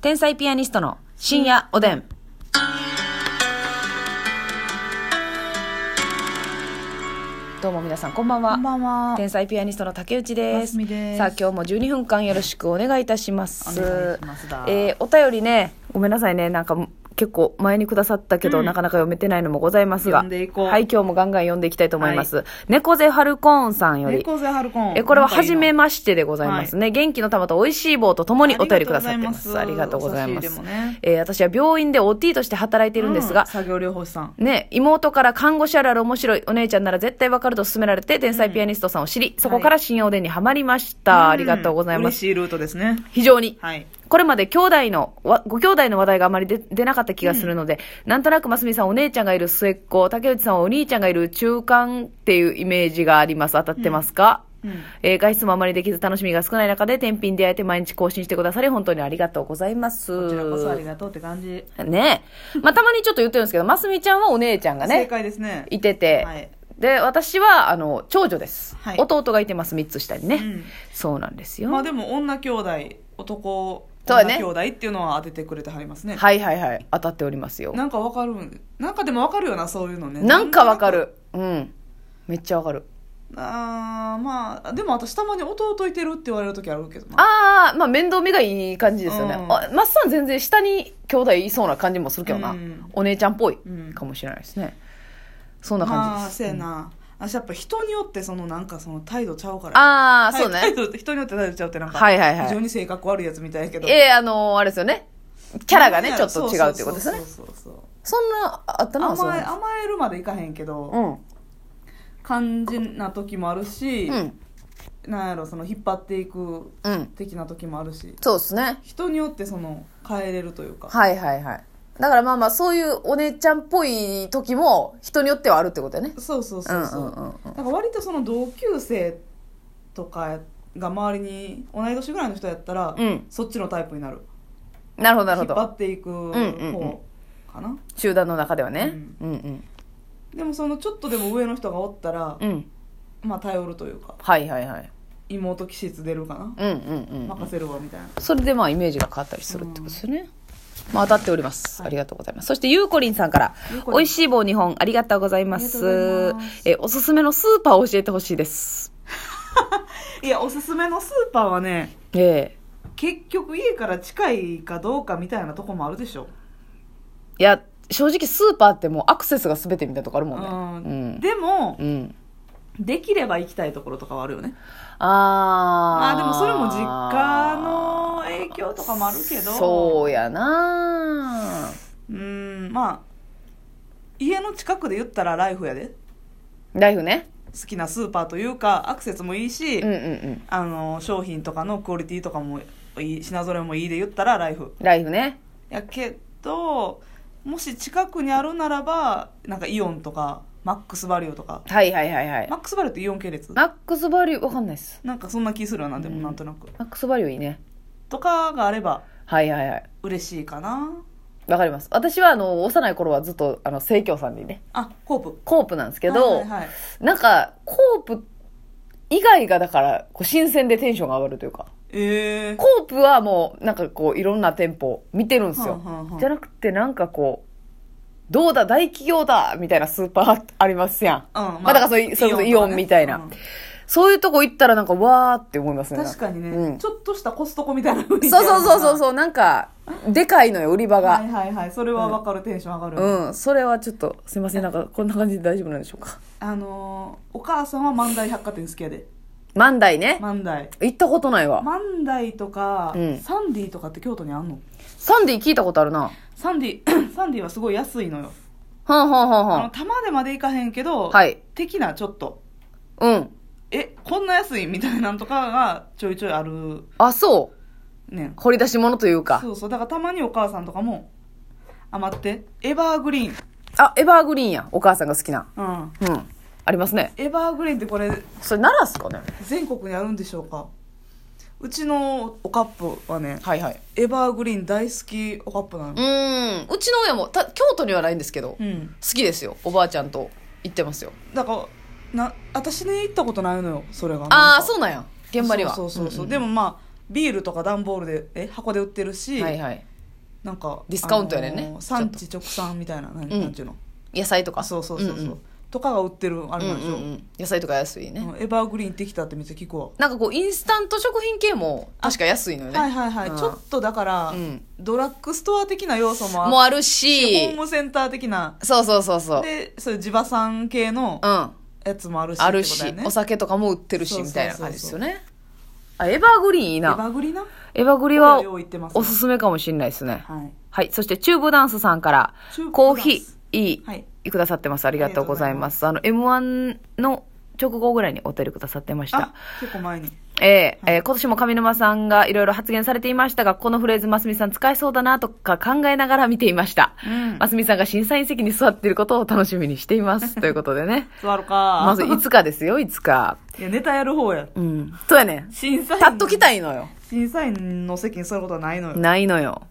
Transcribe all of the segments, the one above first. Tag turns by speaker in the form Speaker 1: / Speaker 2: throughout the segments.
Speaker 1: 天才ピアニストの深夜おでん。どうも皆さんこんばんは。
Speaker 2: こんばんは。
Speaker 1: 天才ピアニストの竹内で。
Speaker 2: ますすみです
Speaker 1: さあ今日も12分間よろしくお願いいたします。
Speaker 2: お願いしますだ
Speaker 1: えーお便りね、ごめんなさいね、なんか結構前にくださったけど、
Speaker 2: うん
Speaker 1: なかなか読めてないのもございますが、
Speaker 2: 読んでいこう
Speaker 1: はい、今日もガンガン読んでいきたいと思います。猫背ハルコーンさんより。
Speaker 2: 猫背ハルコン。
Speaker 1: えこれは初め
Speaker 2: ま
Speaker 1: ましてでございますね、元気の玉と美味しい棒とともにお便りくださってます
Speaker 2: あ
Speaker 1: あり
Speaker 2: り
Speaker 1: が
Speaker 2: が
Speaker 1: と
Speaker 2: と
Speaker 1: うご
Speaker 2: うご
Speaker 1: ざ
Speaker 2: ざ
Speaker 1: い
Speaker 2: い
Speaker 1: ま
Speaker 2: ますすお差し入れもね
Speaker 1: えー私は病院で OT として働いて
Speaker 2: て
Speaker 1: いるんですが、
Speaker 2: 作業療法士さん。
Speaker 1: ね、妹から看護師あるある面白いお姉ちゃんなら絶対わかると勧められて天才ピアニストさんを知り、そこから信用でにはまりました、ありがとうございま
Speaker 2: 嬉
Speaker 1: す
Speaker 2: しいルートですね。
Speaker 1: 非常に
Speaker 2: はい。
Speaker 1: これまで兄弟のわご兄弟の話題があまり出出なかった気がするので、なんとなくますみさんお姉ちゃんがいる末っ子竹内さんはお兄ちゃんがいる中間っていうイメージがあります当たってますか、
Speaker 2: うんうん
Speaker 1: えー外出もあまりできず楽しみが少ない中で天秤出会えて毎日更新してくださり本当にありがとうございます
Speaker 2: こちらこそありがとうって感じ。
Speaker 1: ねえ、まあ、たまにちょっと言ってるんですけどますみちゃんはお姉ちゃんが
Speaker 2: 正
Speaker 1: ね
Speaker 2: 解ですね。
Speaker 1: いてて、
Speaker 2: はい
Speaker 1: で私はあの長女です、
Speaker 2: はい
Speaker 1: 弟がいてます3つ下にね、
Speaker 2: うん
Speaker 1: そうなんですよ、
Speaker 2: まあでも、女兄弟、男、
Speaker 1: そうだ
Speaker 2: 女
Speaker 1: ね
Speaker 2: 兄弟っていうのは当ててくれてはりますね。
Speaker 1: はいはいはい当たっておりますよ
Speaker 2: なんかわかるんなんかでもわかるよな、そういうのね。
Speaker 1: なんかわか。る。うん。めっちゃわかる。
Speaker 2: あーまあ、でも私たまに弟いてるって言われる時あるけどな。
Speaker 1: ああ、まあ面倒見がいい感じですよね。
Speaker 2: うん
Speaker 1: あマッサン全然下に兄弟いそうな感じもするけどな。
Speaker 2: うん
Speaker 1: お姉ちゃんっぽい
Speaker 2: うん
Speaker 1: かもしれないですね。そんな
Speaker 2: ま
Speaker 1: 感
Speaker 2: あ、
Speaker 1: じです。
Speaker 2: せや
Speaker 1: うん
Speaker 2: な。私やっぱ人によってそのなんかその態度ちゃうから。
Speaker 1: ああ、
Speaker 2: はい
Speaker 1: そうね
Speaker 2: 態。度人によって態度ちゃうってなんか、
Speaker 1: はいはいはい
Speaker 2: 非常に性格悪いやつみたいやけど。
Speaker 1: ええあのーあれですよね。キャラがね、ちょっと違うってことですね。
Speaker 2: そうそうそうそう
Speaker 1: そんな、あったな、そう
Speaker 2: 甘え甘えるまでいかへんけど、
Speaker 1: うん。
Speaker 2: 肝心な時もあるし、
Speaker 1: うん。
Speaker 2: なんやろその引っ張っていく
Speaker 1: うん。
Speaker 2: 的な時もあるし
Speaker 1: そうですね。
Speaker 2: 人によってその変えれるというか、
Speaker 1: はいはいはい。だからまあまあ、そういうお姉ちゃんっぽい時も、人によってはあるってことだよね。
Speaker 2: そうそうそうそう,、
Speaker 1: うんうんうんうん
Speaker 2: なんか割とその同級生とかが周りに同い年ぐらいの人やったら、
Speaker 1: うん
Speaker 2: そっちのタイプになる
Speaker 1: なるほどなる
Speaker 2: 引
Speaker 1: ほ
Speaker 2: っ
Speaker 1: ど。
Speaker 2: 張っていく方
Speaker 1: んうんうん
Speaker 2: かな、
Speaker 1: 集団の中ではね、うん、うん
Speaker 2: でもそのちょっとでも上の人がおったら、
Speaker 1: うん
Speaker 2: まあ頼るというか
Speaker 1: はいはいはい
Speaker 2: 妹気質出るかな、
Speaker 1: うんうんうん
Speaker 2: 任せるわみたいな
Speaker 1: それでまあイメージが変わったりするってことですよね、まあ当たっております、ありがとうございますそしてゆうこりんさんから
Speaker 2: ゆうこりん
Speaker 1: おいしい棒2本ありがとうございます
Speaker 2: ありがとうございます
Speaker 1: えおすすめのスーパーを教えてほしいです
Speaker 2: いやおすすめのスーパーはね
Speaker 1: ええ
Speaker 2: 結局家から近いかどうかみたいなとこもあるでしょ、
Speaker 1: いや正直スーパーってもうアクセスが全てみたいなとこあるもん
Speaker 2: う
Speaker 1: ね
Speaker 2: んでも
Speaker 1: うん、うん、
Speaker 2: できれば行きたいところとかはあるよね
Speaker 1: ああ
Speaker 2: まあでもそれも実家の影響とかもあるけど
Speaker 1: そうやな
Speaker 2: うんまあ家の近くで言ったらライフやで
Speaker 1: ライフね
Speaker 2: 好きなスーパーというかアクセスもいいし、
Speaker 1: うんうんうん
Speaker 2: あの商品とかのクオリティとかもいい品揃えもいいで言ったらライフ
Speaker 1: ライフね
Speaker 2: やけどもし近くにあるならばなんかイオンとかマックスバリューとか
Speaker 1: はいはいはいはい
Speaker 2: マックスバリューってイオン系列
Speaker 1: マックスバリューわかんないです
Speaker 2: なんかそんな気するよなで
Speaker 1: う
Speaker 2: も
Speaker 1: ん
Speaker 2: なんとなく、
Speaker 1: マックスバリューいいね
Speaker 2: とかがあれば
Speaker 1: はいはいはい
Speaker 2: 嬉しいかな
Speaker 1: わかります私はあの幼い頃はずっとあの生協さんでね
Speaker 2: あコープ
Speaker 1: コープなんですけど、
Speaker 2: はいはいはい
Speaker 1: なんかコープ以外がだからこう新鮮でテンションが上がるというか
Speaker 2: えー、
Speaker 1: コープはもうなんかこういろんな店舗見てるんですよ、
Speaker 2: はあはあはあ
Speaker 1: じゃなくてなんかこうどうだ大企業だみたいなスーパーありますやん、
Speaker 2: うん
Speaker 1: まあだからそういうそれこそイオンみたいな、
Speaker 2: とかね
Speaker 1: そういうとこ行ったらなんかわーって思います
Speaker 2: う
Speaker 1: ね
Speaker 2: ん
Speaker 1: なん
Speaker 2: 確かにね、
Speaker 1: うん
Speaker 2: ちょっとしたコストコみたいなそう
Speaker 1: そうそうそうそうそうなんかでかいのよ売り場が、
Speaker 2: はいはいはいそれは分かる、テンション上がる、
Speaker 1: うん、それはちょっとすいませんなんかこんな感じで大丈夫なんでしょうか
Speaker 2: あのーお母さんは万代百貨店好きやで
Speaker 1: 万代ね
Speaker 2: 万代
Speaker 1: 行ったことないわ
Speaker 2: 万代とか、
Speaker 1: うん
Speaker 2: サンディとかって京都にあんの
Speaker 1: サンディ聞いたことあるな
Speaker 2: サンディ サンディはすごい安いのよ、
Speaker 1: はんはんはん
Speaker 2: あ
Speaker 1: は
Speaker 2: の
Speaker 1: ん
Speaker 2: 玉でまでいかへんけど、
Speaker 1: はい
Speaker 2: 的なちょっと
Speaker 1: うん
Speaker 2: えこんな安いみたいなんとかが ちょいちょいある
Speaker 1: あそう
Speaker 2: ねん
Speaker 1: 掘り出し物というか
Speaker 2: そうそうだからたまにお母さんとかもあ待ってエバーグリーン
Speaker 1: あエバーグリーンやお母さんが好きな
Speaker 2: うん
Speaker 1: うんありますね
Speaker 2: エバーグリーンってこれ
Speaker 1: それ奈良っすかね
Speaker 2: 全国にあるんでしょうかうちのおカップはね
Speaker 1: はいはい
Speaker 2: エバーグリーン大好きおカップなの
Speaker 1: うーんうちの親もた京都にはないんですけど、
Speaker 2: う
Speaker 1: 好
Speaker 2: ん
Speaker 1: きですよおばあちゃんと行ってますよ
Speaker 2: だからな私に行ったことないのよそれが
Speaker 1: ああー
Speaker 2: う
Speaker 1: そうなんや現場には
Speaker 2: そうそうそうそう、
Speaker 1: んん
Speaker 2: でもまあビールとか段ボールでえ箱で売ってるし、
Speaker 1: はいはい
Speaker 2: なんか
Speaker 1: ディスカウントやねんね
Speaker 2: あのー産地直産みたいななん
Speaker 1: うん
Speaker 2: なんちゅうの
Speaker 1: 野菜とか
Speaker 2: そうそうそうそう、
Speaker 1: んん
Speaker 2: とかが売ってるあれなんでしょ、
Speaker 1: うんうんうん野菜とか安いね、
Speaker 2: うんエバーグリーンできたってめっちゃ聞くわ、
Speaker 1: なんかこうインスタント食品系も確か安いのよね、
Speaker 2: はいはいはい、
Speaker 1: うん
Speaker 2: ちょっとだから、
Speaker 1: うん
Speaker 2: ドラッグストア的な要素もあ
Speaker 1: もう
Speaker 2: っ
Speaker 1: ある
Speaker 2: てホ
Speaker 1: し
Speaker 2: ームセンター的な
Speaker 1: そうそうそうそう
Speaker 2: でそういう地場産系の
Speaker 1: うん
Speaker 2: やつもあるし
Speaker 1: ある
Speaker 2: って
Speaker 1: し、
Speaker 2: ことだよ
Speaker 1: お
Speaker 2: ね、
Speaker 1: 酒とかも売ってるし
Speaker 2: そうそう
Speaker 1: みたい
Speaker 2: そうそう
Speaker 1: な感じですよねあエバーグリーンいい
Speaker 2: エバ
Speaker 1: な
Speaker 2: ーグリーンな
Speaker 1: エバーグリーン
Speaker 2: は
Speaker 1: は
Speaker 2: よう言ってます、
Speaker 1: おすすめかもしれないですね
Speaker 2: はい
Speaker 1: はいそしてチューブダンスさんから
Speaker 2: チューブ
Speaker 1: コー
Speaker 2: ダンス
Speaker 1: ヒーいい、
Speaker 2: はい
Speaker 1: くださってますありがとうございますあの m 1の直後ぐらいにお便りくださってました
Speaker 2: あ結構前に
Speaker 1: ええ
Speaker 2: はい
Speaker 1: えー今年も上沼さんがいろいろ発言されていましたが、このフレーズ、ますみさん使えそうだなとか考えながら見ていました。
Speaker 2: うん
Speaker 1: ますみさんが審査員席に座っていることを楽しみにしてい ます。ということでね。
Speaker 2: 座るか
Speaker 1: まず、いつかですよ、いつか。
Speaker 2: いやネタやる方や
Speaker 1: うん。そうやねん。
Speaker 2: 審査員
Speaker 1: 立っときたいのよ。
Speaker 2: 審査員の席に座ることはないのよ
Speaker 1: ないのよ。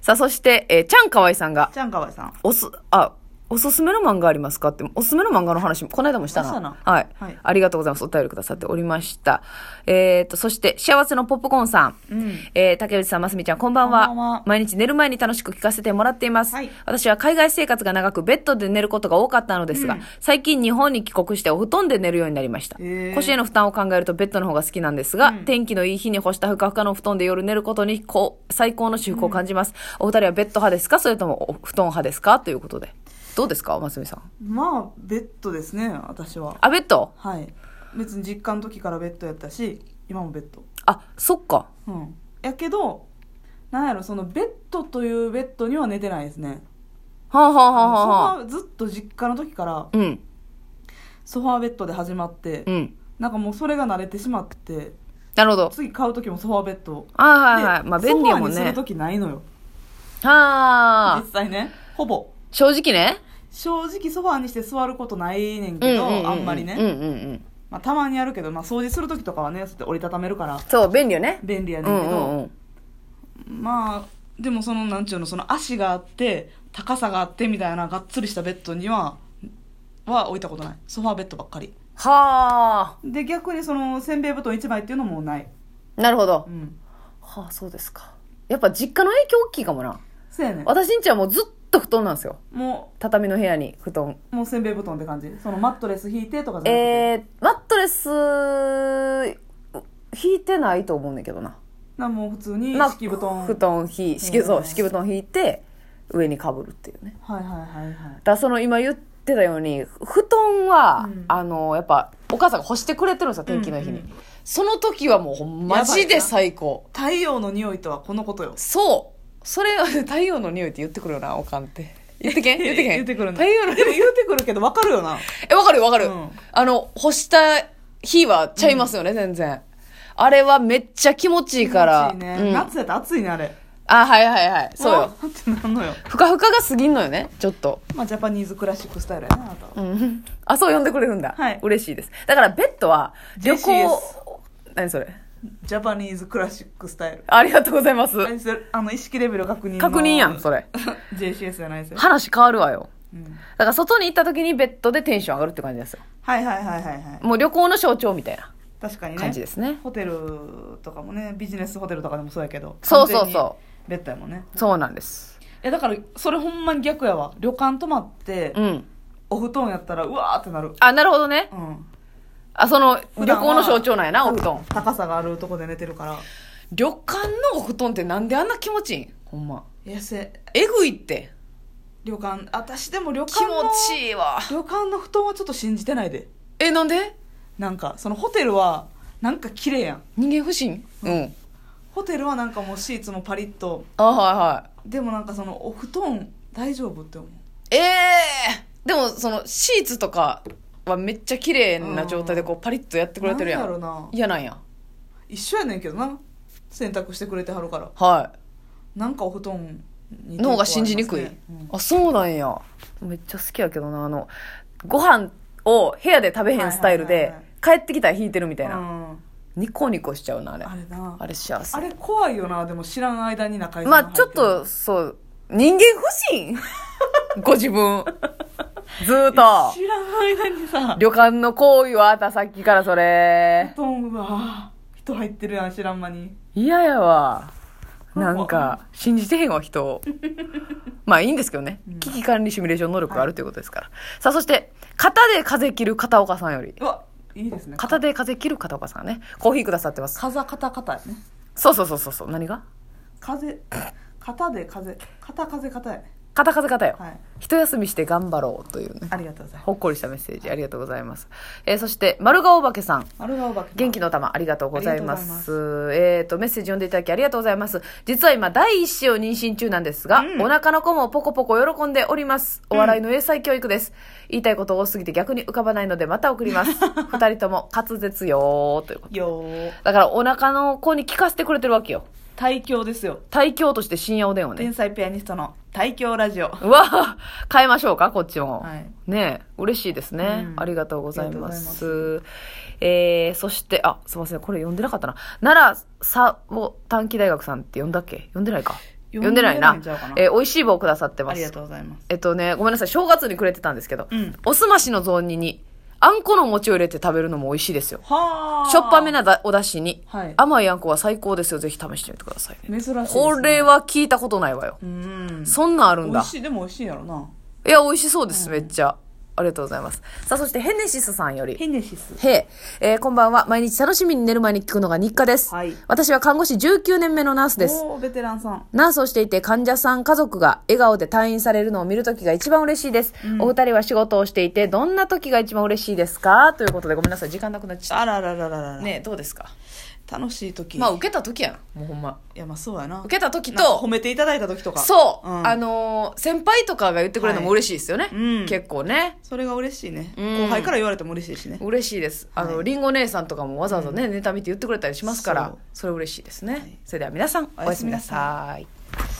Speaker 1: さあ、そして、えーちゃんかわいさんが、
Speaker 2: ちゃんかわいさん
Speaker 1: おす、あ、おすすめの漫画ありますかって、おすすめの漫画の話も、この間もしたな。
Speaker 2: したな
Speaker 1: はい、
Speaker 2: はい
Speaker 1: ありがとうございます。お便りくださっておりました。えっ、と、そして、幸せのポップコーンさん。
Speaker 2: うん
Speaker 1: えー竹内さん、ますみちゃん、こんばんは
Speaker 2: こんばんは
Speaker 1: 毎日寝る前に楽しく聞かせてもらっています。
Speaker 2: はい
Speaker 1: 私は海外生活が長く、ベッドで寝ることが多かったのですが、
Speaker 2: うん
Speaker 1: 最近日本に帰国してお布団で寝るようになりました。
Speaker 2: へー
Speaker 1: 腰への負担を考えるとベッドの方が好きなんですが、
Speaker 2: うん
Speaker 1: 天気のいい日に干したふかふかのお布団で夜寝ることにこう最高の主婦を感じます。お二人はベッド派ですかそれともお布団派ですかということで。どうですかますみさん。
Speaker 2: まあベッドですね私は
Speaker 1: あ、ベッド
Speaker 2: はい別に実家の時からベッドやったし今もベッド
Speaker 1: あ、そっか。
Speaker 2: うんやけどなんやろそのベッドというベッドには寝てないですね
Speaker 1: はあ、はあ
Speaker 2: そ
Speaker 1: はあはあ、
Speaker 2: ファずっと実家の時から
Speaker 1: うん。
Speaker 2: ソファーベッドで始まって、
Speaker 1: うん。
Speaker 2: なんかもうそれが慣れてしまって
Speaker 1: なるほど。
Speaker 2: 次買う時もソファーベッド
Speaker 1: あはいはい。まあ便利やもん
Speaker 2: ソファーにす
Speaker 1: ね
Speaker 2: る。時ないのよ
Speaker 1: はあ
Speaker 2: 実。際ねほぼ
Speaker 1: 正直ね。
Speaker 2: 正直ソファーにして座ることないねんけど、あんまりね、
Speaker 1: うんうんうん。
Speaker 2: まあ、たまにやるけど、まあ、掃除する時とかはねそうやって折りたためるから
Speaker 1: そう、便利よね。
Speaker 2: 便利や
Speaker 1: うん
Speaker 2: ねんけど、
Speaker 1: うんうん。
Speaker 2: まあでもそのなんちゅうのその足があって高さがあってみたいながっつりしたベッドにはは置いたことないソファーベッドばっかり
Speaker 1: はあ。
Speaker 2: で逆にそのせんべい布団1枚っていうのもない
Speaker 1: なるほど
Speaker 2: う。ん
Speaker 1: はあ、そうですか。やっぱ実家の影響大きいかもな。
Speaker 2: そうやねん
Speaker 1: 私んちはもうずっと布団なんですよ。
Speaker 2: も
Speaker 1: 畳の部屋に布団。
Speaker 2: うもうせんべい布団って感じそのマットレス引いてとかじゃなくて、
Speaker 1: えー、マットレス、引いてないと思うねんだけどな。
Speaker 2: なんもう普通に
Speaker 1: まあ
Speaker 2: 敷布団、
Speaker 1: 布団引い、敷
Speaker 2: う
Speaker 1: そ
Speaker 2: ん
Speaker 1: う、敷布団引いて、上に被るっていうね。
Speaker 2: はいはいはいは
Speaker 1: だ
Speaker 2: い
Speaker 1: からその今言ってたように布団は、
Speaker 2: うん
Speaker 1: あのやっぱお母さんが干してくれてるんですよ天気の日に、
Speaker 2: うんうん
Speaker 1: その時はもうほんマジで最高
Speaker 2: 太陽の匂いとはこのことよ
Speaker 1: そうそれは 太陽の匂いって言ってくるよなおかん って言ってけん言ってけん
Speaker 2: 言ってくるの
Speaker 1: 太陽の
Speaker 2: でも 言うてくるけど分かるよな
Speaker 1: えわかるよわかる、
Speaker 2: うん
Speaker 1: あの干した日はちゃいますよね、全然あれはめっちゃ気持ちいいから
Speaker 2: 気持ちいいね
Speaker 1: うん
Speaker 2: 夏やったら暑いねあれ
Speaker 1: あはいはいはいそう
Speaker 2: わ
Speaker 1: よ
Speaker 2: ーってなんのよ
Speaker 1: ふかふかが過ぎんのよねちょっと
Speaker 2: まあジャパニーズクラシックスタイルやなあなたは
Speaker 1: うんあ、そう呼んでくれるんだ。
Speaker 2: はい
Speaker 1: 嬉しいです。だからベッドは、旅行
Speaker 2: JCS、
Speaker 1: 何それ。
Speaker 2: ジャパニーズクラシックスタイル
Speaker 1: ありがとうございます。
Speaker 2: あれそれあの意識レベル確認の
Speaker 1: 確認やん、そ れ。
Speaker 2: JCS じゃないですよ、
Speaker 1: 話変わるわよ。
Speaker 2: うん
Speaker 1: だから外に行った時にベッドでテンション上がるって感じですよ。
Speaker 2: はいはいはいはいはい
Speaker 1: もう旅行の象徴みたいな
Speaker 2: 確かにね
Speaker 1: 感じですね。
Speaker 2: ホテルとかもねビジネスホテルとかでもそうやけど
Speaker 1: そうそうそう
Speaker 2: 完全にベッドやもんね
Speaker 1: そうなんです。
Speaker 2: えだからそれほんまに逆やわ旅館泊まって、
Speaker 1: うん。
Speaker 2: お布団やったらうわーってなる
Speaker 1: あ、なるほどね
Speaker 2: う。ん
Speaker 1: あ、その、旅
Speaker 2: 普段は
Speaker 1: 行の象徴なんやな、お布団。
Speaker 2: 高さがあるとこで寝てるから
Speaker 1: 旅館のお布団ってなんであんな気持ちいいんほんま。
Speaker 2: 痩せ
Speaker 1: えぐいって。
Speaker 2: 旅館私でも旅
Speaker 1: 気
Speaker 2: 館の
Speaker 1: 持ちいいわ。
Speaker 2: 旅館の布団はちょっと信じてないで
Speaker 1: え、なんで
Speaker 2: なんかそのホテルはなんか綺麗やん
Speaker 1: 人間不信うん。
Speaker 2: ホテルはなんかもうシーツもパリッと
Speaker 1: あ、はいはい。
Speaker 2: でもなんかそのお布団大丈夫って思う
Speaker 1: ええでもそのシーツとかはめっちゃ綺麗な状態でこうパリッとやってくれてるや
Speaker 2: なんやろ
Speaker 1: ん
Speaker 2: な
Speaker 1: 嫌なんや
Speaker 2: 一緒やねんけどな洗濯してくれてはるから
Speaker 1: は
Speaker 2: なんかお布団
Speaker 1: い
Speaker 2: に
Speaker 1: の方が信じにくい、
Speaker 2: 抵抗ありますね
Speaker 1: あそうなんやめっちゃ好きやけどなあのご飯を部屋で食べへんスタイル
Speaker 2: はいはい
Speaker 1: で
Speaker 2: はい
Speaker 1: 帰ってきたら引いてるみたい
Speaker 2: うん
Speaker 1: なニコニコしちゃうなあれ
Speaker 2: あれな
Speaker 1: あれ幸
Speaker 2: あ
Speaker 1: せ
Speaker 2: れ怖いよなでも知らん間に仲良い
Speaker 1: まあちょっとそう人間不信 ご自分ずーっと
Speaker 2: 知らん間にさ
Speaker 1: 旅館の行為はあったさっきからそれ
Speaker 2: 布団うわ人入ってるやん知らん間に
Speaker 1: 嫌やわなんか信じてへんわ人 をまあいいんですけどね、
Speaker 2: うん
Speaker 1: 危機管理シミュレーション能力があるということですから、さあそして肩で風切る片岡さんより
Speaker 2: うわいいですね
Speaker 1: 肩で風切る片岡さんねコーヒーくださってます
Speaker 2: 風肩肩やね
Speaker 1: そうそうそうそうそう何が
Speaker 2: 風肩で風肩風肩やね
Speaker 1: 片風肩よ、
Speaker 2: はい
Speaker 1: 一休みして頑張ろうというね
Speaker 2: ありがとうございます
Speaker 1: ほっこりしたメッセージありがとうございます、えーそして丸顔おばけさん
Speaker 2: 丸顔化け
Speaker 1: 元気の玉ありがとうございま
Speaker 2: ありが
Speaker 1: す。えっ、と、メッセージ読んでいただきありがとうございます。実は今、第一子を妊娠中なんですが、
Speaker 2: うん
Speaker 1: お腹の子もポコポコ喜んでおります。お笑いの英才教育です。言いたいこと多すぎて逆に浮かばないので、また送り ます。二人とも滑舌よーということ。
Speaker 2: よー
Speaker 1: だから、お腹の子に聞かせてくれてるわけよ。
Speaker 2: 大凶ですよ
Speaker 1: 対教として深夜おでんをね
Speaker 2: 天。才ピアニストの大凶ラジオ
Speaker 1: うわぁ変えましょうか、こっちも。
Speaker 2: はい
Speaker 1: ねえ、嬉しいですね、
Speaker 2: うん
Speaker 1: ありがとうございま
Speaker 2: ありがと
Speaker 1: す。えー、そして、あ、すいません、これ読んでなかったな。奈良さを短期大学さんって読んだっけ読んでないか。
Speaker 2: 読
Speaker 1: 読
Speaker 2: ん
Speaker 1: ん
Speaker 2: で
Speaker 1: で
Speaker 2: な
Speaker 1: ないい
Speaker 2: な
Speaker 1: な。えー、美味しい棒くださって
Speaker 2: あ
Speaker 1: ま
Speaker 2: りが
Speaker 1: す。
Speaker 2: とうございます
Speaker 1: えっとね、ごめんなさい、正月にくれてたんですけど、
Speaker 2: うん
Speaker 1: おすましの雑煮に、あんこの餅を入れて食べるのも美味しいですよ。
Speaker 2: はあ
Speaker 1: しょっぱめなだお出汁に、
Speaker 2: はい
Speaker 1: 甘いあんこは最高ですよ。ぜひ試してみてくださいね。
Speaker 2: 珍しいですね
Speaker 1: これは聞いたことないわよ。
Speaker 2: うん
Speaker 1: そんなんあるん
Speaker 2: 美
Speaker 1: だ。
Speaker 2: 味しいでも美味しいやろない
Speaker 1: や、美味しそうです、めっちゃ。ありがとうございます。さあ、そしてヘネシスさんより。
Speaker 2: ヘネシス
Speaker 1: へええーこんばんは。毎日楽しみに寝る前に聞くのが日課です。
Speaker 2: はい
Speaker 1: 私は看護師19年目のナースです。
Speaker 2: おーベテランさん
Speaker 1: ナースをしていて患者さん家族が笑顔で退院されるのを見るときが一番嬉しいです、お二人は仕事をしていて、どんなときが一番嬉しいですかということで、ごめんなさい。時間なくなっちゃっ
Speaker 2: あらららららら
Speaker 1: た。ねえどうですか
Speaker 2: 楽しい時
Speaker 1: まあ、受けたときやな。もうほんま。
Speaker 2: いやまあそうやな
Speaker 1: 受けたとき
Speaker 2: なんか
Speaker 1: と
Speaker 2: 褒、めていただいた時とか
Speaker 1: そう、
Speaker 2: ん
Speaker 1: あのー先輩とかが言ってくれるのも嬉しいですよね。
Speaker 2: いうん
Speaker 1: 結構ね。
Speaker 2: それが嬉しいね、
Speaker 1: うん
Speaker 2: 後輩から言われても嬉しいしね
Speaker 1: 嬉しいですあの、
Speaker 2: はい
Speaker 1: りんご姉さんとかもわざわざね、ネタ見て言ってくれたりしますから
Speaker 2: そう
Speaker 1: それ嬉しいですね、
Speaker 2: はい
Speaker 1: それでは皆さんお
Speaker 2: お
Speaker 1: や
Speaker 2: や
Speaker 1: す
Speaker 2: す
Speaker 1: み
Speaker 2: み
Speaker 1: な
Speaker 2: な
Speaker 1: さい